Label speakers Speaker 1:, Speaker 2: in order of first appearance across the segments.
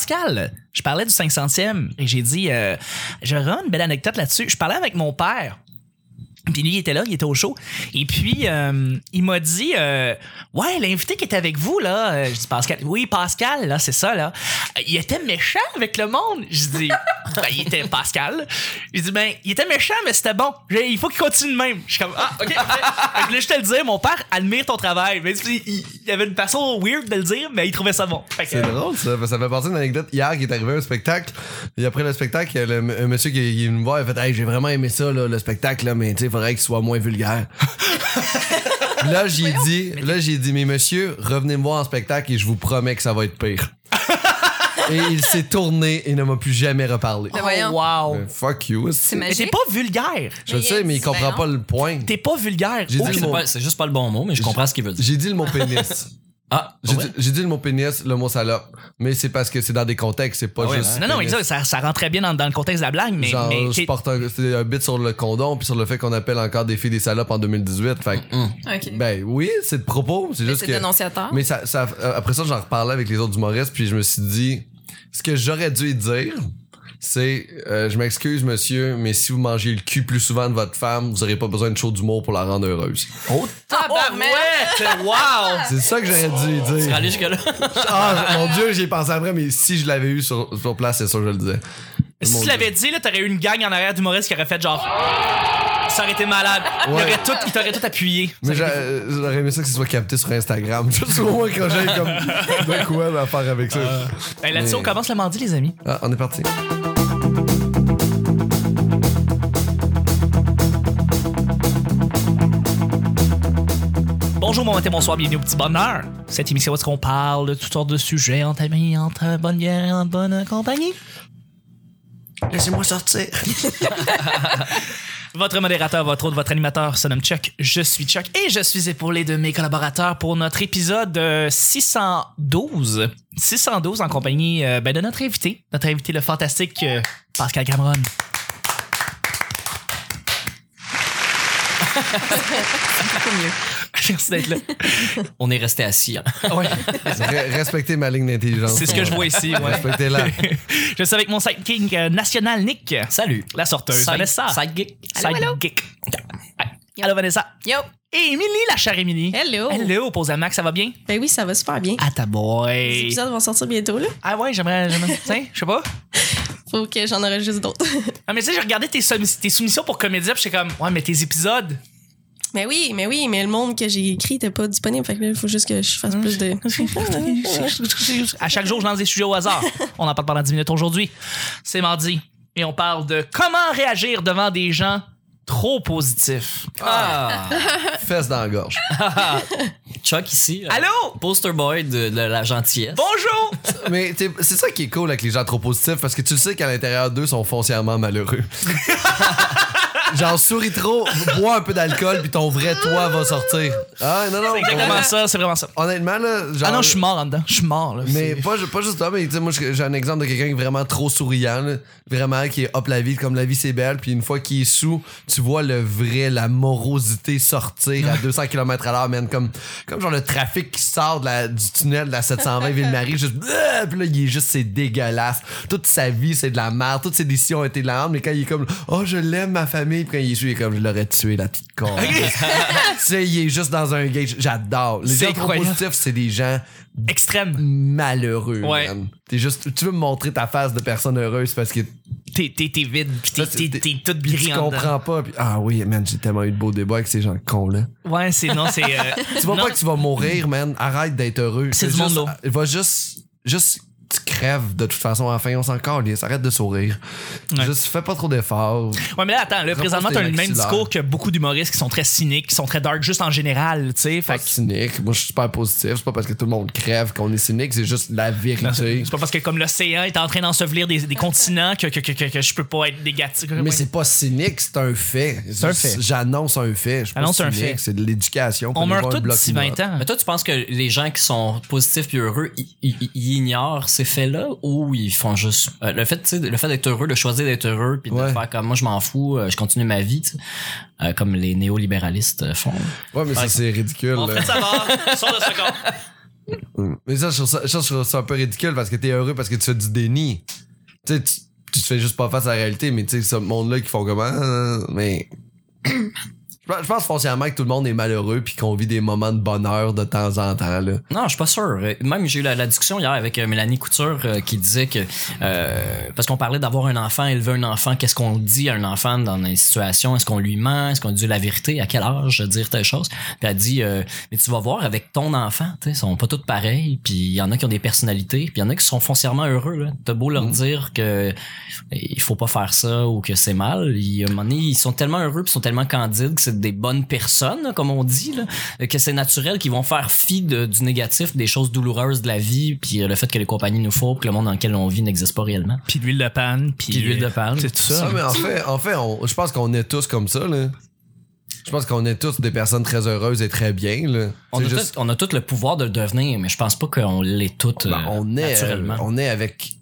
Speaker 1: Pascal, je parlais du 500e et j'ai dit, euh, j'aurais une belle anecdote là-dessus. Je parlais avec mon père. Puis lui, il était là, il était au show. Et puis, euh, il m'a dit, euh, ouais, l'invité qui était avec vous, là, euh, je dis Pascal, oui, Pascal, là, c'est ça, là, Euh, il était méchant avec le monde. Je dis, ben, il était Pascal. Je dis, ben, il était méchant, mais c'était bon. J'ai- il faut qu'il continue de même. Je suis comme, ah, ok, parfait. Fait que Je voulais juste te le dire, mon père admire ton travail. Mais puis, il, il avait une façon weird de le dire, mais il trouvait ça bon. Fait que,
Speaker 2: C'est drôle, ça. parce que Ça fait partie d'une anecdote hier qui est arrivé à un spectacle. Et après le spectacle, il y a le- un monsieur qui qui est venu me voir, il a fait Hey, j'ai vraiment aimé ça, là, le spectacle, là, mais tu sais, il faudrait qu'il soit moins vulgaire. Puis là, j'ai dit, là, j'ai dit, mais monsieur, revenez me voir en spectacle et je vous promets que ça va être pire. et il s'est tourné et ne m'a plus jamais reparlé.
Speaker 1: oh,
Speaker 3: voyons.
Speaker 1: wow.
Speaker 2: Euh, Fuck you.
Speaker 3: C'est
Speaker 1: Mais t'es
Speaker 3: magique.
Speaker 1: pas vulgaire.
Speaker 2: Je le sais, mais il comprend pas le point.
Speaker 1: T'es pas vulgaire.
Speaker 2: J'ai dit
Speaker 1: Aucune-
Speaker 2: le mot.
Speaker 4: Ouais, c'est juste pas le bon mot, mais je comprends ce qu'il veut dire.
Speaker 2: J'ai dit le mot pénis.
Speaker 4: Ah,
Speaker 2: J'ai
Speaker 4: ouais.
Speaker 2: dit- j'ai dit le mot pénis, le mot salope. Mais c'est parce que c'est dans des contextes, hein? c'est pas
Speaker 4: Ah ouais,
Speaker 2: juste.
Speaker 1: hein? Non, non,
Speaker 2: pénis.
Speaker 1: exact, ça, ça rentrait bien dans, dans le contexte de la blague, mais.
Speaker 2: Genre,
Speaker 1: mais
Speaker 2: je porte un, c'est un bit sur le condom puis sur le fait qu'on appelle encore des filles des salopes en 2018. Fait que,
Speaker 3: Ok.
Speaker 2: ben oui, c'est de propos. C'est
Speaker 3: Mais
Speaker 2: juste
Speaker 3: c'est
Speaker 2: que.
Speaker 3: dénonciateur.
Speaker 2: Mais ça, ça- euh, après ça, j'en reparlais avec les autres humoristes puis je me suis dit, ce que j'aurais dû y dire, c'est, euh, je m'excuse monsieur, mais si vous mangez le cul plus souvent de votre femme, vous aurez pas besoin de chaud d'humour pour la rendre heureuse.
Speaker 4: Oh,
Speaker 3: Ah,
Speaker 1: Oh,
Speaker 3: bah, merde.
Speaker 1: ouais! Wow!
Speaker 2: C'est ça que j'aurais dû y
Speaker 4: tu
Speaker 2: dire.
Speaker 4: râles jusque-là.
Speaker 2: Ah, mon dieu, j'y ai pensé après, mais si je l'avais eu sur, sur place, c'est sûr que je le disais.
Speaker 1: Si
Speaker 2: Mon
Speaker 1: tu
Speaker 2: Dieu.
Speaker 1: l'avais dit, là, t'aurais eu une gang en arrière d'humoristes qui aurait fait genre. Ça aurait été malade. Il
Speaker 2: Ouais.
Speaker 1: aurait tout, il t'aurait tout appuyé.
Speaker 2: Mais j'a- euh, j'aurais aimé ça que ce soit capté sur Instagram. Juste au moins quand j'ai comme de quoi à faire avec ça.
Speaker 1: Ben, Là-dessus,
Speaker 2: Mais-
Speaker 1: on commence le mardi, les amis.
Speaker 2: Ah, on est parti.
Speaker 1: Bonjour, bon matin, bonsoir, bienvenue au petit bonheur. Cette émission où est-ce qu'on parle de toutes sortes de sujets entre amis, entre bonne bière et en bonne compagnie.
Speaker 2: Laissez-moi sortir.
Speaker 1: Votre modérateur, votre autre, votre animateur se nomme Chuck. Je suis Chuck et je suis épaulé de mes collaborateurs pour notre épisode euh, 612. 612 en compagnie euh, ben, de notre invité, notre invité le fantastique euh, Pascal Cameron. Merci d'être là.
Speaker 4: On est resté assis. hein.
Speaker 1: Ouais,
Speaker 2: Respectez ma ligne d'intelligence.
Speaker 1: c'est ce que je vois ici. ouais.
Speaker 2: Respectez-la.
Speaker 1: Je suis avec mon sidekick euh, national, Nick.
Speaker 4: Salut.
Speaker 1: La sorteuse,
Speaker 4: Side-
Speaker 1: Vanessa.
Speaker 4: sidekick.
Speaker 1: Sidekick.
Speaker 3: Allô, allô.
Speaker 1: Hi. Allô, Vanessa.
Speaker 3: Yo.
Speaker 1: Et Émilie, la chère Émilie.
Speaker 3: Hello.
Speaker 1: Hello, pose à Max, ça va bien?
Speaker 3: Ben oui, ça va super bien.
Speaker 1: Ah ta
Speaker 3: Les
Speaker 1: boy.
Speaker 3: épisodes vont sortir bientôt, là.
Speaker 1: Ah ouais, j'aimerais. j'aimerais- Tiens, je sais pas.
Speaker 3: Faut que j'en enregistre d'autres.
Speaker 1: Ah, mais tu sais, j'ai regardé tes, soumis- tes soumissions pour comédie, puis j'étais comme, ouais, mais tes épisodes.
Speaker 3: mais oui, mais oui, mais le monde que j'ai écrit était pas disponible. Fait que là, il faut juste que je fasse plus de.
Speaker 1: à chaque jour, je lance des sujets au hasard. On en parle pendant 10 minutes aujourd'hui. C'est mardi. Et on parle de comment réagir devant des gens trop positifs.
Speaker 4: Ah.
Speaker 2: Fesse dans la gorge.
Speaker 4: Chuck ici. euh,
Speaker 1: Allô?
Speaker 4: Poster boy de, de la gentillesse.
Speaker 1: Bonjour!
Speaker 2: Mais t'sais, c'est ça qui est cool avec les gens trop positifs parce que tu le sais qu'à l'intérieur d'eux sont foncièrement malheureux. Genre, souris trop, bois un peu d'alcool, puis ton vrai toi va sortir. Ah, non, non.
Speaker 1: C'est exactement ça, c'est vraiment ça.
Speaker 2: Honnêtement, là, genre.
Speaker 1: Ah non, je suis mort en dedans. Je suis mort, là.
Speaker 2: Mais
Speaker 1: C'est-
Speaker 2: pas, pas juste toi, mais tu sais, moi j'ai j'ai un exemple de quelqu'un qui est vraiment trop souriant, là. vraiment qui est hop la vie, comme la vie c'est belle, puis une fois qu'il est sous, tu vois le vrai, la morosité sortir à 200 km à l'heure, man, comme, comme genre le trafic qui sort de la, du tunnel de la 720 Ville-Marie, juste, bleu, puis là il est juste, c'est dégueulasse, toute sa vie c'est de la merde, toutes ses décisions ont été de la merde, mais quand il est comme, oh je l'aime ma famille, puis quand il est sous, il est comme, je l'aurais tué la petite con. tu sais, il est juste dans un gage, j'adore. Les
Speaker 1: C'est
Speaker 2: gens trop
Speaker 1: incroyable.
Speaker 2: positifs, c'est des gens
Speaker 1: Extrême.
Speaker 2: malheureux.
Speaker 1: Ouais.
Speaker 2: man. T'es juste, tu veux me montrer ta face de personne heureuse parce que
Speaker 1: T'es t'es- t'es vide, pis
Speaker 2: Ça,
Speaker 1: t'es-
Speaker 2: c'est-
Speaker 1: t'es t'es toute
Speaker 2: tu
Speaker 1: brillante.
Speaker 2: comprends pas. Puis, ah oui, man, j'ai tellement eu de beaux débats avec ces gens cons là.
Speaker 1: Ouais, c'est. Non, c'est. euh,
Speaker 2: Tu vois
Speaker 1: non.
Speaker 2: pas que tu vas mourir, man. Arrête d'être heureux.
Speaker 1: C'est du
Speaker 2: juste-
Speaker 1: monde, là.
Speaker 2: Il va juste, juste, tu crèves de toute façon. Enfin, on s'en calisse. Arrête de sourire.
Speaker 1: Ouais.
Speaker 2: Juste, fais pas trop d'efforts.
Speaker 1: Ouais, mais là, attends, là,
Speaker 2: Repose
Speaker 1: présentement,
Speaker 2: tes
Speaker 1: t'as le même
Speaker 2: maxillaires.
Speaker 1: discours que beaucoup d'humoristes qui sont très cyniques, qui sont très dark, juste en général, tu sais. Fait
Speaker 2: Pas
Speaker 1: que-
Speaker 2: cynique. Moi, je suis super positif. C'est pas parce que tout le monde crève qu'on est cynique. C'est juste la vérité.
Speaker 1: c'est pas parce que comme l'océan est en train d'ensevelir des, des continents que, que, que, que, que je peux pas être négatif.
Speaker 2: Mais c'est pas cynique, c'est un fait.
Speaker 1: C'est un fait.
Speaker 2: J'annonce un fait. Je suis pas
Speaker 1: Annonce un
Speaker 2: cynique,
Speaker 1: fait.
Speaker 2: C'est de l'éducation.
Speaker 1: On
Speaker 2: Prenez
Speaker 1: meurt
Speaker 2: pas un
Speaker 1: tous
Speaker 2: bloc
Speaker 1: d'ici
Speaker 2: note.
Speaker 1: 20 ans.
Speaker 4: Mais toi, tu penses que les gens qui sont positifs et heureux, ils- ils ils ignorent ces faits-là ou ils font juste euh, le fait, tu sais, le fait d'être heureux, de choisir d'être heureux, puis de
Speaker 2: Ouais.
Speaker 4: faire comme moi, je m'en fous, euh, je continue ma vie, tu sais, euh, comme les néolibéralistes euh, font.
Speaker 2: Ouais, mais ça, c'est ridicule.
Speaker 1: On
Speaker 2: là.
Speaker 1: fait ça mort, sort de ce corps.
Speaker 2: Mais ça, je trouve ça, ça, je trouve ça un peu ridicule parce que t'es heureux parce que tu fais du déni. Tu sais, tu, tu te fais juste pas face à la réalité, mais tu sais, ce monde-là qui font comment. euh, Mais. Je pense- je pense foncièrement que tout le monde est malheureux puis qu'on vit des moments de bonheur de temps en temps. Là.
Speaker 4: Non, je suis pas sûr. Euh, Même j'ai eu la, la discussion hier avec euh, Mélanie Couture euh, qui disait que euh, parce qu'on parlait d'avoir un enfant, élever un enfant, qu'est-ce qu'on dit à un enfant dans une situation Est-ce qu'on lui ment Est-ce qu'on dit la vérité À quel âge dire telle chose Puis elle dit euh, mais tu vas voir avec ton enfant, tu sais, ils sont pas tous pareils. Puis il y en a qui ont des personnalités, puis il y en a qui sont foncièrement heureux. là. T'as beau leur dire que eh, il faut pas faire ça ou que c'est mal, ils, à un moment donné, ils sont tellement heureux, puis ils sont tellement candides que c'est des bonnes personnes, là, comme on dit. Là euh, que c'est naturel qu'ils vont faire fi de- du négatif, des choses douloureuses de la vie, puis euh, le fait que les compagnies nous font, que le monde dans lequel on vit n'existe pas réellement.
Speaker 1: Puis l'huile de panne. Puis,
Speaker 4: Puis l'huile de panne.
Speaker 1: C'est tout ça.
Speaker 2: Ah, mais en fait, en fait on- je pense qu'on est tous comme ça. Là. Je pense qu'on est tous des personnes très heureuses et très bien. Là.
Speaker 4: On
Speaker 2: C'est
Speaker 4: a,
Speaker 2: juste-
Speaker 4: tout, on a tout le pouvoir de le devenir, mais je pense pas qu'on l'est toutes euh,
Speaker 2: Ben, on est
Speaker 4: naturellement.
Speaker 2: euh, on est avec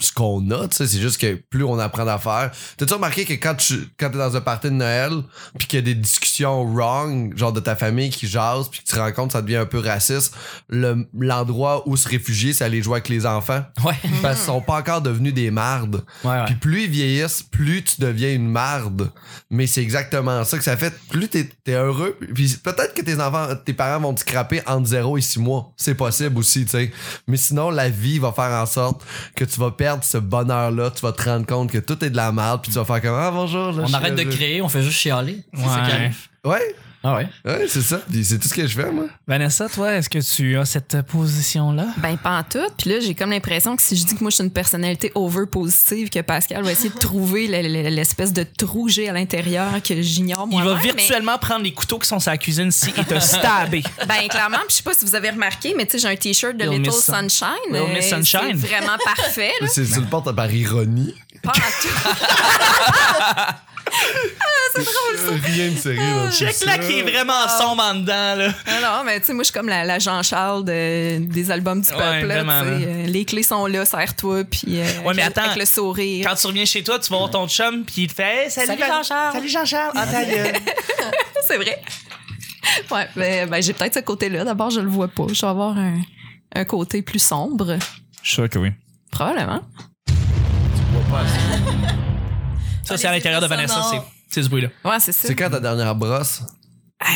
Speaker 2: ce qu'on a tu sais c'est juste que plus on apprend à faire t'as-tu remarqué que quand tu quand t'es dans un party de Noël puis qu'il y a des discussions wrong genre de ta famille qui jase puis que tu te rends compte que ça devient un peu raciste le- l'endroit où se réfugier c'est aller jouer avec les enfants
Speaker 4: Ouais.
Speaker 2: parce qu'ils sont pas encore devenus des mardes
Speaker 4: Ouais, ouais.
Speaker 2: puis plus ils vieillissent, plus tu deviens une marde. Mais c'est exactement ça que ça fait. Plus t'es t'es heureux, puis peut-être que tes enfants, tes parents vont te scraper entre 0 et 6 mois. C'est possible aussi, tu sais. Mais sinon, la vie va faire en sorte que tu vas perdre ce bonheur-là. Tu vas te rendre compte que tout est de la marde, puis tu vas faire comme, ah bonjour. là,
Speaker 4: on
Speaker 2: je-
Speaker 4: arrête de
Speaker 2: je-
Speaker 4: créer, on fait juste chialer. C'est ça qui
Speaker 1: Ouais.
Speaker 4: arrive.
Speaker 2: Ouais,
Speaker 4: Ah ouais.
Speaker 2: ouais, c'est ça. Puis c'est tout ce que je fais, moi.
Speaker 1: Vanessa, toi, est-ce que tu as cette position-là?
Speaker 5: Ben, pas en tout. Puis là, j'ai comme l'impression que si je dis que moi, je suis une personnalité over-positive, que Pascal va essayer de trouver le- le- l'espèce de trou que j'ai à l'intérieur que j'ignore
Speaker 1: Il va
Speaker 5: moi-même. mais-
Speaker 1: virtuellement prendre les couteaux qui sont sur la cuisine ici et te stabber.
Speaker 5: Ben, clairement, puis je sais pas si vous avez remarqué, mais tu sais, j'ai un T-shirt de
Speaker 1: Little
Speaker 5: Little
Speaker 1: Miss Sun-
Speaker 5: Sunshine.
Speaker 1: Little Miss
Speaker 5: euh,
Speaker 1: Sunshine.
Speaker 5: C'est vraiment parfait, là.
Speaker 2: C'est tu le portes par ironie.
Speaker 5: Pas en tout.
Speaker 2: Rien de sérieux dans tout
Speaker 1: Check
Speaker 2: ça.
Speaker 1: là qui est vraiment sombre en dedans, là.
Speaker 5: Non, non, mais tu sais, moi, je suis comme la, la Jean-Charles de- des albums du
Speaker 1: Ouais,
Speaker 5: peuple, là,
Speaker 1: vraiment,
Speaker 5: tu sais, euh, les clés sont là, serre-toi, puis euh,
Speaker 1: Ouais, mais
Speaker 5: avec,
Speaker 1: attends.
Speaker 5: avec le sourire.
Speaker 1: Quand tu reviens chez toi, tu vas voir ton chum, puis il te fait hey, salut,
Speaker 5: Salut
Speaker 1: Van-
Speaker 5: Jean-Charles.
Speaker 1: Salut Jean-Charles. Ah, ta gueule.
Speaker 5: C'est vrai. Ouais, ben, ben, j'ai peut-être ce côté-là. D'abord, je le vois pas. Je vais avoir un, un côté plus sombre,
Speaker 1: Je suis sûr que oui.
Speaker 5: probablement.
Speaker 1: Ça, c'est à l'intérieur
Speaker 5: Ah,
Speaker 1: de Vanessa, c'est- c'est ce bruit-là.
Speaker 5: Ouais, c'est ça.
Speaker 2: C'est quand ta dernière brosse?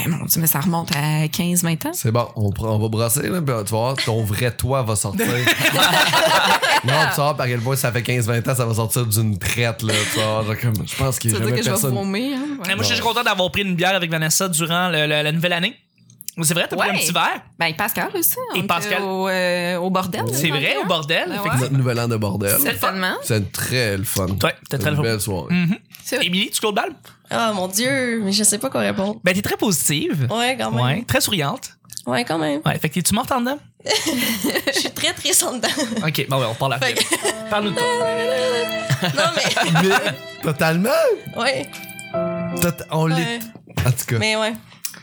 Speaker 5: Eh, mon Dieu, mais ça remonte à 15-20 ans.
Speaker 2: C'est bon, on, prend- on va brasser, là, puis tu vas voir, ton vrai toi va sortir. non, tu vas voir par quel point ça fait 15-20 ans, ça va sortir d'une traite, là. Tu vas voir, genre comme, je pense qu'il y
Speaker 5: Ça
Speaker 2: a
Speaker 5: veut dire
Speaker 2: jamais
Speaker 5: que je vais
Speaker 2: personne.
Speaker 5: vomir. hein? Ouais.
Speaker 1: Mais moi, je suis
Speaker 2: Ouais.
Speaker 1: content d'avoir pris une bière avec Vanessa durant le- le- la nouvelle année. C'est vrai, t'as pris
Speaker 5: Ouais.
Speaker 1: un petit verre.
Speaker 5: Ben, Pascal aussi. on
Speaker 1: Et
Speaker 5: était
Speaker 1: Pascal.
Speaker 5: Au, euh, au bordel.
Speaker 1: C'est vrai, au bordel.
Speaker 5: Ben
Speaker 1: Fait
Speaker 5: ouais.
Speaker 2: Notre nouvel an de bordel.
Speaker 5: Certainement.
Speaker 2: C'est une très le fun.
Speaker 1: que- Ouais, t'es
Speaker 2: C'est
Speaker 1: très
Speaker 2: une
Speaker 1: fort.
Speaker 2: belle soirée.
Speaker 1: Émilie, tu balle?
Speaker 3: Ah, mon Dieu, mais je sais pas quoi répondre.
Speaker 1: Ben, t'es très
Speaker 5: Oh,
Speaker 1: positive.
Speaker 3: Ouais, quand même.
Speaker 1: Ouais,
Speaker 3: Ouais,
Speaker 1: très souriante.
Speaker 3: quand même.
Speaker 1: Ouais, fait que t'es-tu morte en dedans?
Speaker 3: Je suis très, très en dedans.
Speaker 1: Ok, bon, ouais, on parle après. Parle-nous de toi.
Speaker 3: Non, mais.
Speaker 2: Mais, totalement,
Speaker 3: Ouais,
Speaker 1: Mm.
Speaker 2: tot- on l'est.
Speaker 3: ouais.
Speaker 2: En tout cas,
Speaker 3: Mais ouais,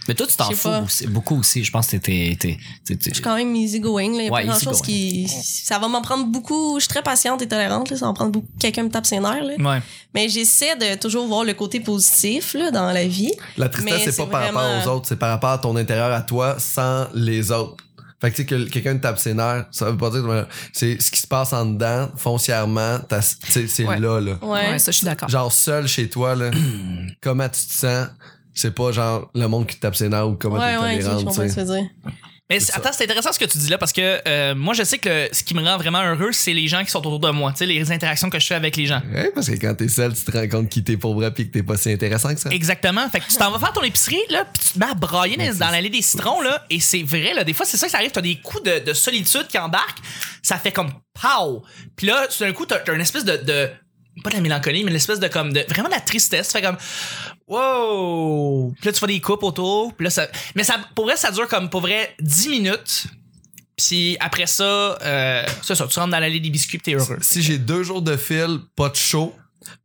Speaker 4: Mais toi, tu
Speaker 3: Je
Speaker 4: t'en
Speaker 3: sais
Speaker 4: fous
Speaker 3: pas.
Speaker 4: aussi- beaucoup aussi. Je pense que t'es. t'es- t'es- t'es-
Speaker 3: je suis quand même easygoing. Là. Il y a
Speaker 4: Ouais,
Speaker 3: pas grand-chose
Speaker 4: easygoing.
Speaker 3: qui. Ça va m'en prendre beaucoup. Je suis très patiente et tolérante. Là. Ça va m'en prendre beaucoup. que Quelqu'un me tape ses nerfs. Là.
Speaker 1: Ouais.
Speaker 3: Mais j'essaie de toujours voir le côté positif là, dans la vie.
Speaker 2: la
Speaker 3: Mais
Speaker 2: tristesse, c'est pas
Speaker 3: c'est
Speaker 2: par rapport
Speaker 3: vraiment-
Speaker 2: aux autres, c'est par rapport à ton intérieur, à toi, sans les autres. Fait que tu sais que quelqu'un te tape ses nerfs, ça veut pas dire que c'est ce qui se passe en dedans, foncièrement, t'as- tu sais, c'est
Speaker 5: Ouais.
Speaker 2: là, là.
Speaker 3: Ouais.
Speaker 5: Ouais, ça, je suis
Speaker 1: Ah.
Speaker 5: d'accord.
Speaker 2: Genre seul chez toi, là, comment tu te sens? C'est pas genre le monde qui te tape ses nerfs ou comment
Speaker 3: ouais,
Speaker 2: tu
Speaker 3: ouais, ok,
Speaker 2: t'es
Speaker 3: je comprends
Speaker 2: tolérante, tu
Speaker 3: ce
Speaker 2: sais.
Speaker 3: que tu veux dire.
Speaker 1: Mais
Speaker 2: C'est ça.
Speaker 1: attends, c'est intéressant ce que tu dis là parce que euh, moi, je sais que ce qui me rend vraiment heureux, c'est les gens qui sont autour de moi, tu sais, les interactions que je fais avec les gens.
Speaker 2: Ouais, parce que quand t'es seul, tu te rends compte qui t'es pour vrai pis que t'es pas si intéressant que ça.
Speaker 1: Exactement. Fait que tu t'en vas faire ton épicerie, là, puis tu te mets à brailler dans, dans l'allée des citrons, là, et c'est vrai, là. Des fois, c'est ça que ça arrive. T'as des coups de, de solitude qui embarquent, ça fait comme pow! Puis là, tout d'un coup, t'as t'as une espèce de, de- Pas de la mélancolie, mais une espèce de comme. De, vraiment de la tristesse. Tu fais comme. Wow! Puis là, tu fais des coupes autour, puis là, ça. Mais ça, pour vrai, ça dure comme, pour vrai, 10 minutes. Puis après ça, euh, c'est ça, tu rentres dans l'allée des biscuits, puis t'es heureux.
Speaker 2: Si j'ai deux jours de fil, pas de show,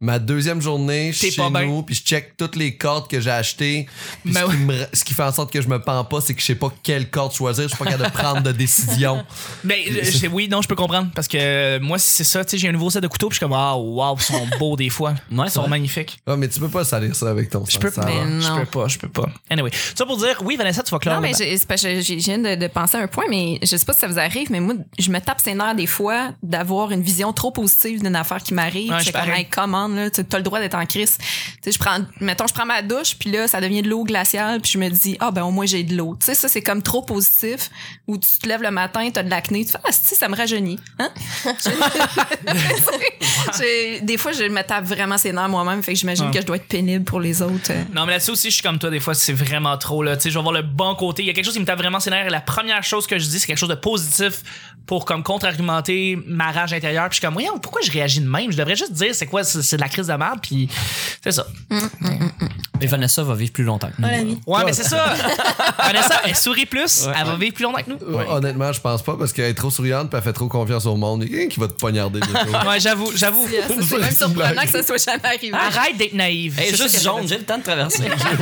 Speaker 2: Ma deuxième journée
Speaker 1: T'es
Speaker 2: chez
Speaker 1: pas bien.
Speaker 2: nous, puis je check toutes les cordes que j'ai achetées. Puis
Speaker 1: Ben
Speaker 2: ce,
Speaker 1: oui.
Speaker 2: qui me- ce qui fait en sorte que je me pends pas, c'est que je sais pas quelle corde choisir. Je suis pas capable de prendre de décision.
Speaker 1: Ben, je- je- oui, non, je peux comprendre. Parce que euh, moi, si c'est ça, tu sais, j'ai un nouveau set de couteaux, puis je suis comme, ah, waouh, ils sont beaux des fois.
Speaker 4: Ouais,
Speaker 1: Ils
Speaker 4: c'est
Speaker 1: sont
Speaker 4: vrai.
Speaker 1: magnifiques.
Speaker 2: Ah, mais tu peux pas salir ça avec ton
Speaker 1: Je peux
Speaker 2: sens,
Speaker 1: pas.
Speaker 2: ça va.
Speaker 5: Mais
Speaker 1: Je
Speaker 5: non.
Speaker 1: peux pas, je peux pas. Anyway, ça pour dire, oui, Vanessa, tu vas clore.
Speaker 5: Non, mais
Speaker 1: le-
Speaker 5: j'ai- c'est parce que j'ai- je viens de, de penser à un point, mais je sais pas si ça vous arrive, mais moi, je me tape ses nerfs des fois d'avoir une vision trop positive d'une affaire qui m'arrive.
Speaker 1: Ouais, je
Speaker 5: c'est
Speaker 1: suis
Speaker 5: comme,
Speaker 1: pareil.
Speaker 5: hey, commande, là, tu as le droit d'être en crise. Tu sais, je prends, mettons, je prends ma douche, puis là, ça devient de l'eau glaciale, puis je me dis, ah, ben, au moins, j'ai de l'eau. Tu sais, ça, c'est comme trop positif, où tu te lèves le matin, t'as de l'acné, tu fais, ah, si, ça me rajeunit. Hein? J'ai- des fois, je me tape vraiment ses nerfs moi-même, fait que j'imagine
Speaker 1: Ouais.
Speaker 5: que je dois être pénible pour les autres. euh.
Speaker 1: Non, mais là-dessus aussi, je suis comme toi. Des fois, c'est vraiment trop. Là. Tu sais, je vais voir le bon côté. Il y a quelque chose qui me tape vraiment ses nerfs. Et la première chose que je dis, c'est quelque chose de positif pour comme contre-argumenter ma rage intérieure. Puis je suis comme, voyons, pourquoi je réagis de même? Je devrais juste dire, c'est quoi? C'est c'est de la crise de merde. Puis c'est ça.
Speaker 4: Mais Vanessa va vivre plus longtemps. que nous.
Speaker 3: Oh, la vie.
Speaker 1: Ouais, mais c'est ça. Vanessa, elle sourit plus. elle va vivre plus longtemps que nous.
Speaker 2: Euh, Honnêtement, je pense pas parce qu'elle est trop souriante, puis elle fait trop confiance au monde. Il y a quelqu'un qui va te poignarder. bientôt.
Speaker 1: Ouais, j'avoue, j'avoue.
Speaker 5: Yeah, ça, hein, C'est même surprenant que ça soit jamais arrivé.
Speaker 1: Arrête d'être naïve.
Speaker 4: Hey,
Speaker 1: C'est ça
Speaker 4: juste
Speaker 1: que
Speaker 4: jaune, j'ai le temps de traverser.
Speaker 1: j'avais-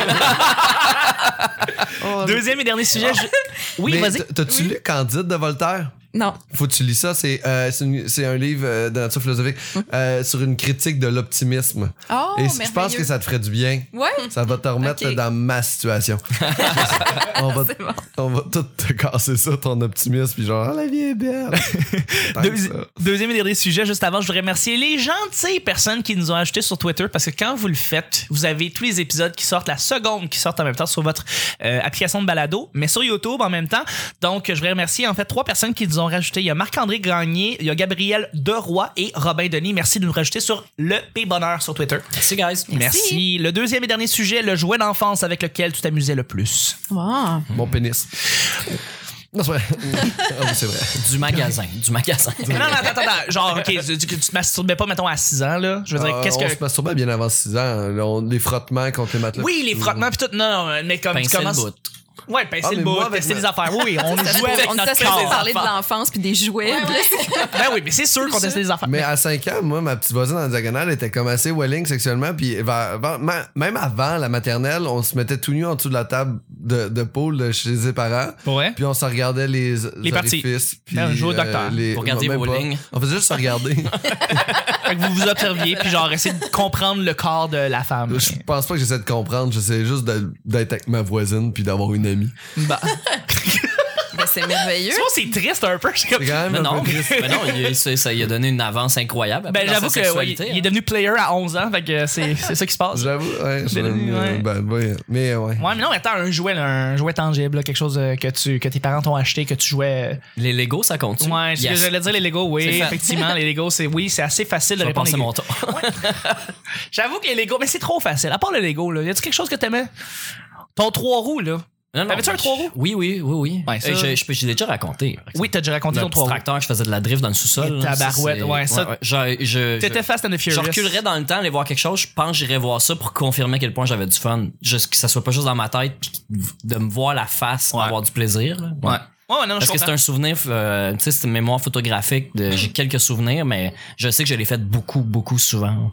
Speaker 1: Deuxième et dernier sujet. je- Oui,
Speaker 2: Mais
Speaker 1: vas-y.
Speaker 2: t- T'as-tu lu Candide de Voltaire?
Speaker 5: Non.
Speaker 2: Faut que tu lis ça. C'est euh, c'est une- c'est un livre euh, de nature philosophique
Speaker 1: Hum.
Speaker 2: euh, sur une critique de l'optimisme.
Speaker 5: Oh,
Speaker 2: Et je pense que ça te ferait du bien.
Speaker 5: Ouais.
Speaker 2: Ça va te remettre
Speaker 5: Ok.
Speaker 2: dans ma situation. on, va,
Speaker 5: C'est bon.
Speaker 2: on va tout te casser ça, ton optimisme, puis genre, Ah, la vie est belle. Tant que
Speaker 1: Deuxi-
Speaker 2: ça.
Speaker 1: deuxième et dernier sujet, juste avant, je voudrais remercier les gentilles personnes qui nous ont ajoutés sur Twitter parce que quand vous le faites, vous avez tous les épisodes qui sortent, la seconde qui sortent en même temps sur votre euh, application de balado, mais sur YouTube en même temps. Donc, je voudrais remercier en fait trois personnes qui nous ont rajouté. Il y a Marc-André Granier, il y a Gabriel Deroy et Robin Denis. Merci de nous rajouter sur le P Bonheur sur Twitter.
Speaker 4: Merci, guys.
Speaker 1: Merci. Le deuxième et dernier sujet, le jouet d'enfance avec lequel tu t'amusais le plus.
Speaker 5: Wow.
Speaker 2: Mon pénis. Non, c'est vrai. Ah oui, c'est vrai.
Speaker 4: Du magasin, du magasin.
Speaker 1: non, non, attends, attends. Genre, OK, tu, tu- tu te masturbais pas, mettons, à 6 ans, là. Je veux dire,
Speaker 2: Euh,
Speaker 1: qu'est-ce
Speaker 2: on
Speaker 1: que.
Speaker 2: se masturbait bien avant 6 ans. là, on- les frottements contre les matelas.
Speaker 1: Oui, les frottements pis tout. Non, non, mais comme
Speaker 4: Pincer
Speaker 1: tu
Speaker 4: le
Speaker 1: commences.
Speaker 4: bout.
Speaker 1: Ouais, pincer
Speaker 2: Ah,
Speaker 1: le
Speaker 2: mais
Speaker 1: bout,
Speaker 2: moi, avec
Speaker 1: pincer
Speaker 2: ma-
Speaker 1: les affaires. Oui, oui, on jouait avec
Speaker 5: on était
Speaker 1: notre
Speaker 5: supposé
Speaker 1: corps.
Speaker 5: parler de l'enfance puis des jouets.
Speaker 1: Ben oui, mais c'est sûr qu'on testait les affaires.
Speaker 2: Mais à 5 ans, moi, ma petite voisine en diagonale était comme assez welling sexuellement. Puis vers- vers- ma- même avant la maternelle, on se mettait tout nu en dessous de la table de, de poule de chez ses parents.
Speaker 1: Ouais.
Speaker 2: Puis on se regardait les,
Speaker 1: Les parties.
Speaker 2: orifices, puis, euh,
Speaker 1: Ben, on jouait au docteur.
Speaker 2: les-
Speaker 4: Pour garder
Speaker 2: même
Speaker 4: vos
Speaker 2: pas.
Speaker 4: lignes.
Speaker 2: On faisait juste se regarder.
Speaker 1: Fait que vous vous observiez puis genre essayer de comprendre le corps de la femme.
Speaker 2: je pense pas que j'essaie de comprendre. J'essaie juste de- d'être avec ma voisine puis d'avoir une amie.
Speaker 1: Bah.
Speaker 5: Ben, c'est merveilleux.
Speaker 1: Tu vois, c'est triste un peu. C'est comme-
Speaker 2: C'est quand
Speaker 4: Mais
Speaker 2: même un
Speaker 4: non,
Speaker 2: peu triste.
Speaker 4: mais non, il, ça, ça lui a donné une avance incroyable.
Speaker 1: Ben
Speaker 4: dans
Speaker 1: j'avoue que
Speaker 4: sa
Speaker 1: ouais,
Speaker 4: sexualité,
Speaker 1: il est
Speaker 4: hein.
Speaker 1: devenu player à 11 ans, fait que c'est c'est ça qui se passe.
Speaker 2: J'avoue, ouais,
Speaker 1: C'est
Speaker 2: j'avoue,
Speaker 1: devenu, ouais.
Speaker 2: euh, ben, ouais, mais ouais.
Speaker 1: Ouais, mais non, mais attends, un jouet, là, un jouet tangible, là, quelque chose euh, que tu que tes parents t'ont acheté, que tu jouais. euh,
Speaker 4: Les Legos, ça compte.
Speaker 1: Ouais, ce que j'allais dire les Legos, oui,
Speaker 4: C'est ça.
Speaker 1: effectivement, les Legos, c'est oui, c'est assez facile de
Speaker 4: Je vais
Speaker 1: répondre.
Speaker 4: passer mon temps.
Speaker 1: J'avoue que les Lego, mais c'est trop facile. À part le Lego, là, y a-tu quelque chose que t'aimais? Ton trois roues, là.
Speaker 4: Non, non,
Speaker 1: T'avais-tu un trois roues?
Speaker 4: Oui, oui, oui, oui.
Speaker 1: Ouais, ça-
Speaker 4: Euh, je, je, peux- je l'ai déjà raconté. par exemple.
Speaker 1: Oui, t'as déjà raconté
Speaker 4: le
Speaker 1: ton
Speaker 4: petit
Speaker 1: trois roues.
Speaker 4: tracteur, je faisais de la drift dans le sous-sol.
Speaker 1: Et
Speaker 4: là,
Speaker 1: tabarouette,
Speaker 4: c'est-
Speaker 1: ouais, ça-
Speaker 4: Je, je,
Speaker 1: T'étais Fast and the
Speaker 4: je, je
Speaker 1: Furious.
Speaker 4: reculerais dans le temps, aller voir quelque chose. Je pense que j'irais voir ça pour confirmer à quel point j'avais du fun. Juste que ça soit pas juste dans ma tête, puis de me voir la face, pour
Speaker 1: Ouais.
Speaker 4: avoir du plaisir. là.
Speaker 1: Ouais. Ouais, non, je
Speaker 4: Parce que c'est
Speaker 1: comprends.
Speaker 4: un souvenir, euh, tu sais, c'est une mémoire photographique. de- J'ai quelques souvenirs, mais je sais que je l'ai fait beaucoup, beaucoup souvent.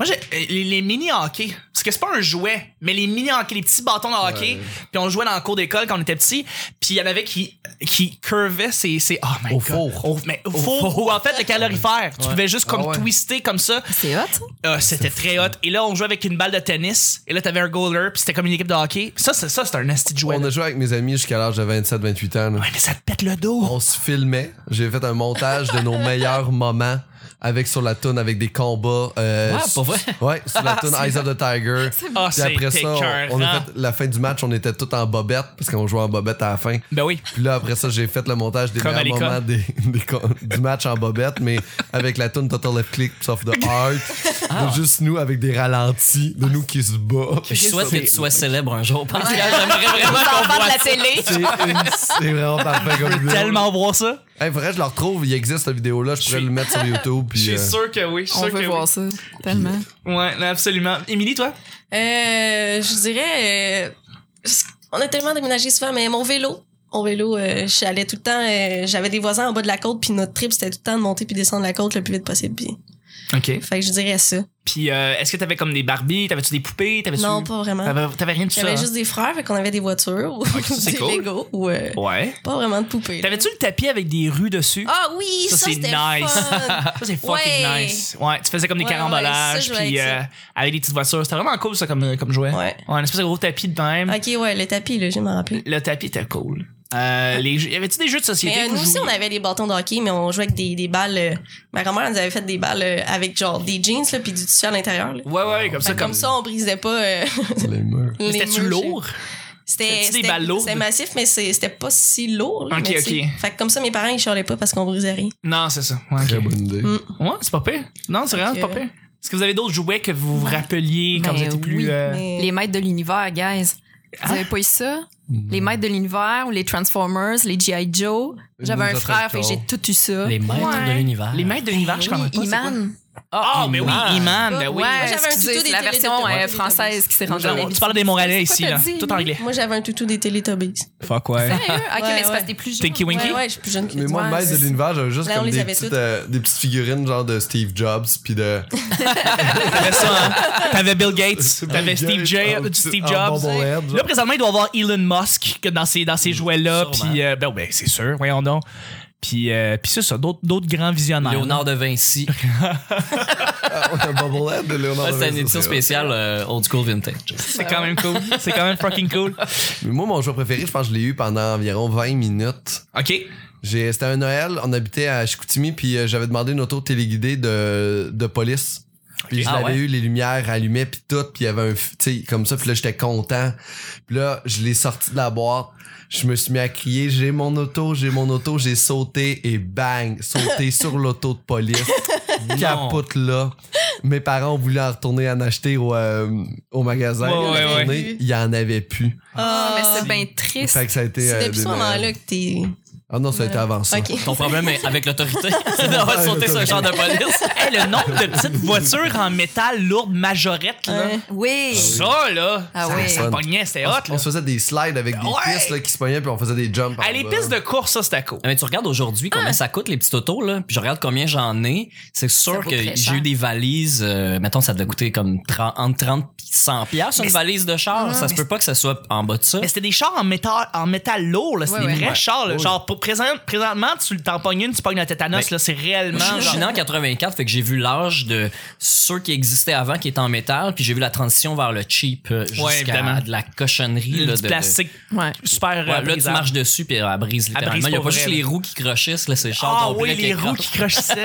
Speaker 1: Moi, j'ai- euh, les, les mini-hockey. Parce que c'est pas un jouet, mais les mini-hockey, les petits bâtons de hockey. Puis on jouait dans le cours d'école quand on était petit. Puis il y en avait qui, qui curvaient ses, ses- Oh my
Speaker 2: Au
Speaker 1: God.
Speaker 2: four.
Speaker 1: Au, mais au four. Ou en fait, le calorifère. Tu pouvais juste comme
Speaker 2: Ah ouais.
Speaker 1: twister comme ça.
Speaker 5: C'est hot. ça.
Speaker 1: Ah, c'était très hot. Et là, on jouait avec une balle de tennis. Et là, t'avais un goaler. Puis c'était comme une équipe de hockey. Ça, c'est, ça, c'est un nasty de jouet.
Speaker 2: On
Speaker 1: là.
Speaker 2: a joué avec mes amis jusqu'à l'âge de 27-28 ans. là.
Speaker 1: Ouais, mais ça te pète le dos.
Speaker 2: On se filmait. J'ai fait un montage de nos meilleurs moments avec sur la toune avec des combats. euh,
Speaker 4: Ouais,
Speaker 2: s-
Speaker 4: pas vrai?
Speaker 2: Ouais, sur la toune Eyes of the Tiger.
Speaker 1: Ah,
Speaker 2: Puis
Speaker 1: c'est
Speaker 2: après ça, on- on a
Speaker 1: écœurant.
Speaker 2: fait la fin du match, on était tous en bobette parce qu'on jouait en bobette à la fin.
Speaker 1: Ben oui.
Speaker 2: Puis là, après ça, j'ai fait le montage des
Speaker 1: Comme à
Speaker 2: meilleurs
Speaker 1: l'école.
Speaker 2: moments des, des con- du match en bobette, mais avec la tune Total Left Click of the Heart.
Speaker 1: Ah.
Speaker 2: Donc, Juste nous avec des ralentis de nous qui se bat.
Speaker 4: Je souhaite que tu sois célèbre un jour. Pascal. j'aimerais
Speaker 5: On
Speaker 4: vraiment qu'on
Speaker 5: parle de
Speaker 4: voit
Speaker 5: la télé.
Speaker 2: C'est une- c'est vraiment parfait comme vidéo.
Speaker 1: Tellement voir ça.
Speaker 2: Hey, faudrait que je le retrouve, il existe cette vidéo-là, je pourrais
Speaker 1: suis-
Speaker 2: le mettre sur YouTube. Puis, euh,
Speaker 1: sûr que oui.
Speaker 5: On veut voir ça. Tellement.
Speaker 1: Ouais, non, absolument. Émilie, toi?
Speaker 3: Euh, je dirais. euh, on a tellement déménagé souvent, mais mon vélo. Mon vélo, euh, j'allais tout le temps. euh, J'avais des voisins en bas de la côte, puis notre trip, c'était tout le temps de monter puis descendre la côte le plus vite possible. Puis
Speaker 1: OK.
Speaker 3: Fait que je dirais ça.
Speaker 1: Puis, euh, est-ce que t'avais comme des Barbies? T'avais-tu des poupées? T'avais-tu...
Speaker 3: Non, pas vraiment.
Speaker 1: T'avais, t'avais rien de tout ça?
Speaker 3: J'avais
Speaker 1: hein? Ah,
Speaker 3: juste des frères, fait qu'on avait des voitures ou
Speaker 1: ça, c'est
Speaker 3: des
Speaker 1: cool.
Speaker 3: Legos ou euh,
Speaker 1: Ouais.
Speaker 3: pas vraiment de poupées. là.
Speaker 1: T'avais-tu le tapis avec des rues dessus?
Speaker 3: Ah oui,
Speaker 1: Ça,
Speaker 3: ça,
Speaker 1: c'est
Speaker 3: c'était
Speaker 1: nice.
Speaker 3: fun.
Speaker 1: Ça, c'est fucking
Speaker 3: Ouais.
Speaker 1: nice. Ouais, tu faisais comme des
Speaker 3: Ouais, ouais,
Speaker 1: carambolages,
Speaker 3: ça, je
Speaker 1: puis
Speaker 3: vais avec
Speaker 1: euh, avec des petites voitures. C'était vraiment cool, ça, comme, euh, comme jouet.
Speaker 3: Ouais.
Speaker 1: un espèce de gros tapis de même.
Speaker 3: Ok, ouais, le tapis, là, je m'en rappelle.
Speaker 1: Le tapis était cool. Euh, les jeux- y avait-tu des jeux de société?
Speaker 3: Mais euh,
Speaker 1: que
Speaker 3: nous
Speaker 1: vous
Speaker 3: aussi,
Speaker 1: jouiez?
Speaker 3: on avait des bâtons de hockey, mais on jouait avec des, des balles. euh, ma grand-mère nous avait fait des balles euh, avec genre des jeans là, puis du tissu à l'intérieur. là.
Speaker 1: Ouais, ouais, comme
Speaker 3: Fait
Speaker 1: ça,
Speaker 3: que
Speaker 1: comme
Speaker 3: Ben, comme ça, on brisait pas euh,
Speaker 2: les murs.
Speaker 3: les
Speaker 1: C'était-tu
Speaker 3: murs,
Speaker 1: lourd?
Speaker 3: C'était
Speaker 1: C'était-tu des
Speaker 3: c'était-
Speaker 1: balles lourdes?
Speaker 3: c'était massif, mais c'est- c'était pas si lourd. là,
Speaker 1: Ok,
Speaker 3: mais tu sais.
Speaker 1: ok.
Speaker 3: Fait que comme ça, mes parents, ils chialaient pas parce qu'on brisait rien.
Speaker 1: Non, c'est ça. Ouais, ok.
Speaker 2: Très bonne idée.
Speaker 3: Mm.
Speaker 1: Ouais, c'est pas pire. Non, c'est vraiment
Speaker 3: Fait
Speaker 1: c'est pas
Speaker 3: que-
Speaker 1: pire. Est-ce que vous avez d'autres jouets que vous vous rappeliez quand
Speaker 5: Ben
Speaker 1: vous étiez plus.
Speaker 5: oui,
Speaker 1: euh,
Speaker 3: Mais-
Speaker 5: Les maîtres de l'univers, guys. Vous avez pas eu ça?
Speaker 2: Mm.
Speaker 1: Mm.
Speaker 5: Les maîtres de l'univers ou les Transformers, les G.I. Joe. J'avais
Speaker 2: Ninja
Speaker 5: un frère, fait
Speaker 2: Turtles.
Speaker 5: que j'ai tout eu ça.
Speaker 4: Les maîtres
Speaker 5: Ouais.
Speaker 4: de l'univers.
Speaker 1: Les
Speaker 3: Ben
Speaker 1: maîtres de l'univers, je comprends
Speaker 5: Oui,
Speaker 1: pas. c'est quoi?
Speaker 5: Iman.
Speaker 1: Ah, mais oui,
Speaker 4: He-Man.
Speaker 1: Iman, ben oui.
Speaker 5: Ouais,
Speaker 3: j'avais un
Speaker 5: excusez,
Speaker 3: tuto
Speaker 5: c'est
Speaker 3: des
Speaker 5: la version
Speaker 3: Teletubbies.
Speaker 5: euh, française qui s'est rendue à la
Speaker 1: Tu parles des Montréalais ici, là. Tout anglais.
Speaker 3: Moi, j'avais un toutou des Teletubbies.
Speaker 4: Fuck, ouais.
Speaker 5: Sérieux? Ok,
Speaker 3: Ouais,
Speaker 5: mais c'est
Speaker 3: ouais.
Speaker 5: parce que t'es plus jeune.
Speaker 1: Tinky Winky?
Speaker 3: Ouais, ouais, je suis plus jeune que
Speaker 2: Mais
Speaker 3: toi.
Speaker 2: moi, le
Speaker 5: Ouais,
Speaker 2: maître de
Speaker 5: c'est-
Speaker 2: l'univers, j'avais juste
Speaker 3: Là, on
Speaker 2: comme
Speaker 3: les
Speaker 2: des
Speaker 3: avait
Speaker 2: petites,
Speaker 3: toutes.
Speaker 2: euh, des petites figurines genre de Steve Jobs puis de
Speaker 1: T'avais ça, hein? T'avais Bill Gates,
Speaker 2: Bill
Speaker 1: t'avais Steve,
Speaker 2: Gates, Ah,
Speaker 1: Jay-
Speaker 2: un
Speaker 1: euh,
Speaker 2: petit-
Speaker 1: Steve
Speaker 2: un
Speaker 1: Jobs. hein.
Speaker 2: bonbon
Speaker 1: Ouais.
Speaker 2: Ed, genre.
Speaker 1: Là, présentement, il doit y avoir Elon Musk que dans ces, dans ces jouets-là.
Speaker 4: Mm, Sûrement.
Speaker 1: Puis, euh, ben, ben, c'est sûr, voyons donc. Puis, euh, puis c'est ça, d'autres, d'autres grands visionnaires.
Speaker 4: Léonard de Vinci.
Speaker 2: un bobblehead de
Speaker 1: Ah,
Speaker 2: Léonard
Speaker 4: Ouais,
Speaker 2: de
Speaker 4: c'est une
Speaker 2: Vinci,
Speaker 4: édition
Speaker 2: c'est vrai.
Speaker 4: spéciale euh, Old School Vintage.
Speaker 1: ben, C'est quand même cool. C'est quand même fucking cool.
Speaker 2: Mais moi, mon jouet préféré, je pense que je l'ai eu pendant environ 20 minutes.
Speaker 1: OK.
Speaker 2: J'ai- C'était un Noël, on habitait à Chicoutimi, puis euh, j'avais demandé une auto téléguidée de, de police. Puis je
Speaker 4: Ah
Speaker 2: l'avais
Speaker 4: ouais?
Speaker 2: eu, les lumières allumées, puis tout, puis il y avait un... f- Tu sais, comme ça, puis là, j'étais content. Puis là, je l'ai sorti de la boîte. Je me suis mis à crier, j'ai mon auto, j'ai mon auto, j'ai sauté et bang, sauté sur l'auto de police. Capote là. Mes parents ont voulu en retourner en acheter au, euh, au magasin.
Speaker 1: Ouais, ouais,
Speaker 2: La
Speaker 1: ouais.
Speaker 2: journée, Il y en avait plus.
Speaker 5: Ah, mais
Speaker 3: Ah,
Speaker 5: c'est bien triste.
Speaker 2: Fait que ça a été. euh,
Speaker 3: c'est depuis
Speaker 2: des
Speaker 3: ce
Speaker 2: Noëls.
Speaker 3: moment-là que t'es.
Speaker 2: Ah non, ça a été avant ça.
Speaker 3: Ok.
Speaker 4: Ton problème est avec l'autorité, c'est d'avoir
Speaker 2: Ouais,
Speaker 4: sauté sur un
Speaker 2: l'autorité.
Speaker 4: genre de police.
Speaker 1: Hey, le nombre de petites voitures en métal lourdes majorette, là.
Speaker 3: Ouais.
Speaker 5: Oui.
Speaker 1: Ça, là.
Speaker 5: Ah
Speaker 1: ça,
Speaker 5: oui.
Speaker 1: ça pognait, c'était
Speaker 2: On,
Speaker 4: Ah,
Speaker 1: hot, là.
Speaker 2: on se faisait des slides avec des
Speaker 1: Ouais.
Speaker 2: pistes là, qui se pognaient puis on faisait des jumps. par
Speaker 1: Ah, les
Speaker 2: bas.
Speaker 1: pistes de course, ça, c'était cool.
Speaker 4: Ah, Mais tu regardes aujourd'hui combien ça coûte les petits autos là, puis je regarde combien j'en ai. C'est sûr
Speaker 5: vaut
Speaker 4: que
Speaker 5: très
Speaker 4: j'ai
Speaker 5: cher.
Speaker 4: eu des valises. euh, mettons, ça devait coûter comme 30, entre 30 et 100 piastres
Speaker 1: Mais
Speaker 4: une
Speaker 1: c'est-
Speaker 4: valise de char. ça se peut pas que ça soit en bas de ça.
Speaker 1: Mais c'était des chars en métal, en métal lourd, là. C'était
Speaker 5: Ouais,
Speaker 1: des
Speaker 5: ouais.
Speaker 1: vrais
Speaker 5: Ouais.
Speaker 1: chars, là. Genre, pour présent, présentement, tu le t'en pognes une, tu pognes la tétanos,
Speaker 4: Mais-
Speaker 1: là. C'est réellement.
Speaker 4: Je
Speaker 1: genre-
Speaker 4: suis né en 84, fait que j'ai vu l'âge de ceux qui existaient avant, qui étaient en métal, puis j'ai vu la transition vers le cheap euh, jusqu'à
Speaker 1: Ouais, évidemment.
Speaker 4: de la cochonnerie. là,
Speaker 1: du
Speaker 4: de- de-
Speaker 1: plastique
Speaker 5: Ouais.
Speaker 1: super
Speaker 4: Ouais,
Speaker 1: euh,
Speaker 4: là, tu
Speaker 1: brisable.
Speaker 4: marches dessus, puis euh, elle brise littéralement.
Speaker 1: brise
Speaker 4: Il y a
Speaker 1: pour
Speaker 4: pas
Speaker 1: vrai,
Speaker 4: juste
Speaker 1: là.
Speaker 4: les roues qui crochissent, là, c'est le
Speaker 1: Ah
Speaker 4: char
Speaker 1: oui,
Speaker 4: complet
Speaker 1: les
Speaker 4: qui
Speaker 1: roues
Speaker 4: croche.
Speaker 1: qui crochissaient.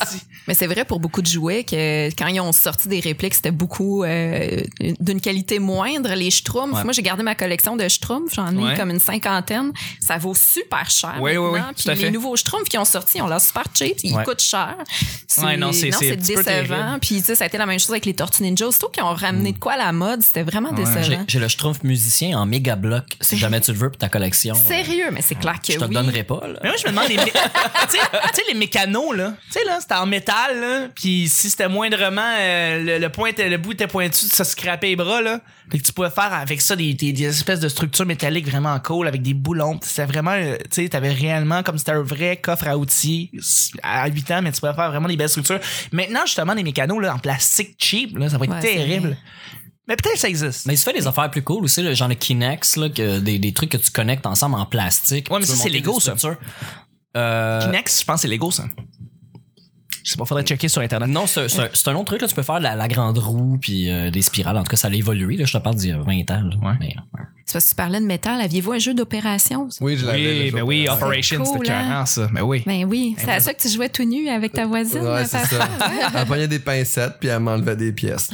Speaker 1: Asti.
Speaker 5: Mais c'est vrai pour beaucoup de jouets que quand ils ont sorti des répliques, c'était beaucoup euh, d'une qualité moindre. Les Schtroumpfs,
Speaker 4: Ouais.
Speaker 5: moi j'ai gardé ma collection de Schtroumpfs, j'en ai
Speaker 1: Ouais.
Speaker 5: comme une cinquantaine. Ça vaut super cher.
Speaker 1: Oui, oui,
Speaker 5: maintenant.
Speaker 1: oui,
Speaker 5: Puis
Speaker 1: tout à
Speaker 5: les
Speaker 1: fait.
Speaker 5: nouveaux Schtroumpfs qui ont sorti, on l'a super cheap, ils
Speaker 4: Ouais.
Speaker 5: coûtent cher.
Speaker 1: Ouais, non, c'est- c'est un petit peu terrible. Mm.
Speaker 5: décevant. Puis tu sais, ça a été la même chose avec les Tortues Ninja. Surtout qu'ils ont ramené de quoi à la mode, c'était vraiment
Speaker 4: J'ai
Speaker 5: décevant.
Speaker 4: j'ai le Schtroumpf musicien en méga bloc, si jamais tu le veux pour ta collection. Euh,
Speaker 5: Sérieux, mais c'est clair que
Speaker 4: Je te le
Speaker 5: oui.
Speaker 4: donnerai pas, là.
Speaker 1: Mais moi, je me demande, les mé- tu sais- tu sais, les mécanos, là, tu sais, là, c'était en métal, là, puis si c'était moindrement, euh, le, le, point était- le bout était pointu, ça se scrapait les bras, là, fait que tu pouvais faire avec ça des, des, des espèces de structures métalliques vraiment cool, avec des boulons, c'était vraiment, euh, tu sais, t'avais réellement, comme si c'était un vrai coffre à outils à 8 ans, mais tu pouvais faire vraiment des belles structures. Maintenant, justement, les mécanos, là, en plastique cheap, là, ça va être
Speaker 5: Ouais, c'est
Speaker 1: terrible.
Speaker 5: vrai.
Speaker 1: Mais peut-être que ça existe.
Speaker 4: Mais il se fait des affaires plus cool aussi, là, genre le Kinex, là, que des, des trucs que tu connectes ensemble en plastique.
Speaker 1: Ouais, mais
Speaker 4: Tu
Speaker 1: ça,
Speaker 4: peux
Speaker 1: c'est
Speaker 4: monter
Speaker 1: Lego,
Speaker 4: des
Speaker 1: ça.
Speaker 4: structures. Euh,
Speaker 1: Kinex, je pense que c'est Lego, ça. Je sais pas, faudrait checker sur Internet.
Speaker 4: non, c'est c'est un, c'est un autre truc, là, tu peux faire la, la grande roue puis euh, des spirales. En tout cas, ça a évolué, là, je te parle d'il y a 20 ans. là.
Speaker 1: Ouais.
Speaker 4: Mais,
Speaker 5: C'est parce que tu parlais de métal. Aviez-vous un jeu d'opération? ça?
Speaker 2: Oui, je l'avais.
Speaker 1: Oui,
Speaker 2: le
Speaker 1: ben
Speaker 2: jour.
Speaker 1: oui,
Speaker 2: Ouais.
Speaker 1: Operation,
Speaker 5: Cool,
Speaker 1: c'était
Speaker 5: hein?
Speaker 1: carrément ça. Ben oui.
Speaker 5: Ben oui, c'est à ça que tu jouais tout nu avec ta voisine.
Speaker 2: Ouais,
Speaker 5: là,
Speaker 2: c'est
Speaker 5: par-
Speaker 2: ça. Elle pognait des pincettes puis elle m'enlevait des pièces.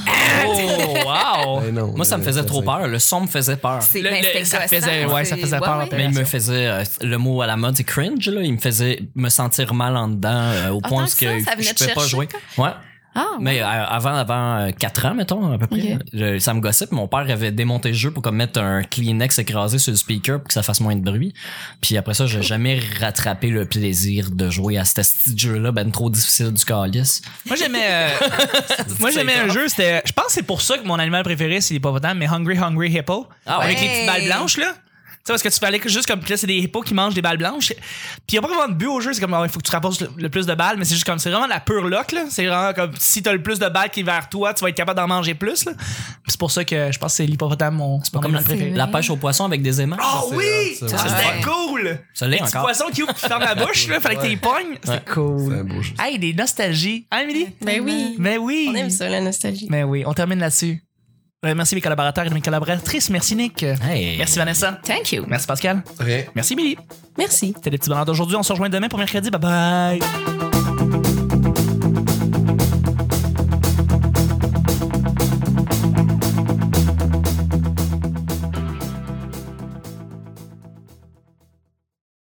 Speaker 4: Oh, wow!
Speaker 2: Ben non,
Speaker 4: Moi, ça me
Speaker 2: euh,
Speaker 4: faisait
Speaker 2: ça,
Speaker 4: trop
Speaker 2: c'est-
Speaker 4: peur. Le son me faisait peur.
Speaker 5: C'est-
Speaker 1: Le-
Speaker 5: ben,
Speaker 1: le-
Speaker 5: c'était
Speaker 1: ça
Speaker 5: gossant,
Speaker 1: faisait- ouais, ça
Speaker 5: c'est-
Speaker 1: faisait peur,
Speaker 5: ouais, ouais.
Speaker 4: Mais il me faisait euh, le mot à la mode, c'est cringe. Là. Il me faisait me sentir mal en dedans euh, au
Speaker 5: Ah,
Speaker 4: point où
Speaker 5: tant
Speaker 4: ce
Speaker 5: que
Speaker 4: que
Speaker 5: ça, ça
Speaker 4: je
Speaker 5: venait te
Speaker 4: pouvais pas
Speaker 5: chercher,
Speaker 4: jouer. Ouais.
Speaker 5: Ah, ouais.
Speaker 4: Mais euh, avant, avant euh, 4 ans, mettons, à peu près,
Speaker 5: Ok.
Speaker 4: je- ça me gossait. puis Mon père avait démonté le jeu pour comme mettre un Kleenex écrasé sur le speaker pour que ça fasse moins de bruit. Puis après ça, j'ai jamais rattrapé le plaisir de jouer à ce petit jeu-là, ben trop difficile du calice.
Speaker 1: Moi, j'aimais, euh, moi, j'aimais un jeu, c'était, je pense que c'est pour ça que mon animal préféré, c'est l'hippopotame, mais Hungry Hungry Hippo.
Speaker 4: Ah ouais.
Speaker 1: Avec les petites balles blanches, là. sais, parce que tu peux aller juste comme. puis Là, c'est des hippos qui mangent des balles blanches. Puis il a pas vraiment de but au jeu. C'est comme, oh, il faut que tu rapportes le, le plus de balles, mais c'est juste comme. C'est vraiment la pure luck, là. C'est vraiment comme si t'as le plus de balles qui est vers toi, tu vas être capable d'en manger plus, là. Puis c'est pour ça que je pense que c'est l'hippopotame, mon. C'est
Speaker 4: Pas comme la, la pêche aux poissons avec des aimants.
Speaker 1: Oh
Speaker 2: Ça, c'est
Speaker 1: oui!
Speaker 2: hot,
Speaker 1: Ça,
Speaker 2: ça.
Speaker 1: c'était
Speaker 5: Ouais.
Speaker 1: cool!
Speaker 4: Ça
Speaker 1: Les
Speaker 4: l'est
Speaker 1: petits
Speaker 4: encore.
Speaker 1: poissons qui ouvrent qui ferment la bouche, là. Fallait que t'y pognes. C'était
Speaker 4: Ouais.
Speaker 2: C'est un
Speaker 1: cool.
Speaker 2: beau jeu.
Speaker 1: Hey, des nostalgies. Hein, Emily?
Speaker 3: Ben oui.
Speaker 1: Mais oui!
Speaker 3: On aime ça, la nostalgie.
Speaker 1: Mais oui, on termine là-dessus. Euh, merci mes collaborateurs et mes collaboratrices. Merci Nick.
Speaker 4: Hey.
Speaker 1: Merci Vanessa.
Speaker 5: Thank you.
Speaker 1: Merci Pascal.
Speaker 2: Rien.
Speaker 1: Merci Billy.
Speaker 3: Merci.
Speaker 1: C'était les petits bonheurs d'aujourd'hui. On se rejoint demain pour mercredi. Bye bye.